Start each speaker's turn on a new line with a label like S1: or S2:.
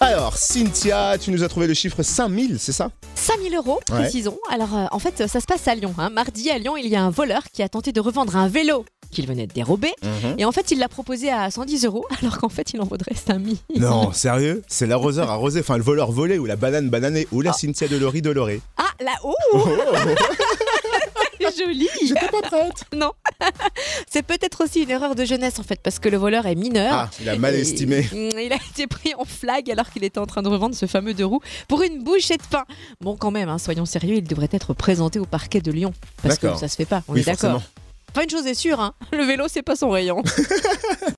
S1: Alors, Cynthia, tu nous as trouvé le chiffre 5000, c'est ça
S2: 5000 euros,
S1: Ouais.
S2: précisons. Alors, euh, en fait, ça se passe à Lyon. hein. Mardi, à Lyon, il y a un voleur qui a tenté de revendre un vélo qu'il venait de dérober. Et en fait, il l'a proposé à 110 euros, alors qu'en fait, il en vaudrait 5000.
S1: Non, sérieux C'est l'arroseur arrosé, enfin le voleur volé ou la banane bananée ou la Cynthia Delory Doloré.
S2: Ah,
S1: Oh,
S2: là-haut Joli
S1: J'étais pas prête
S2: Non C'est peut-être aussi une erreur de jeunesse, en fait, parce que le voleur est mineur.
S1: Ah, il a mal
S2: Et-
S1: estimé.
S2: Mm, Il a été pris en flag alors qu'il était en train de revendre ce fameux deux roues pour une bouchée de pain. Bon, quand même, hein, soyons sérieux, il devrait être présenté au parquet de Lyon. Parce que
S1: D'accord.
S2: ça se fait pas, on
S1: oui,
S2: est d'accord.
S1: forcément.
S2: Enfin, une chose est sûre, hein, le vélo, c'est pas son rayon.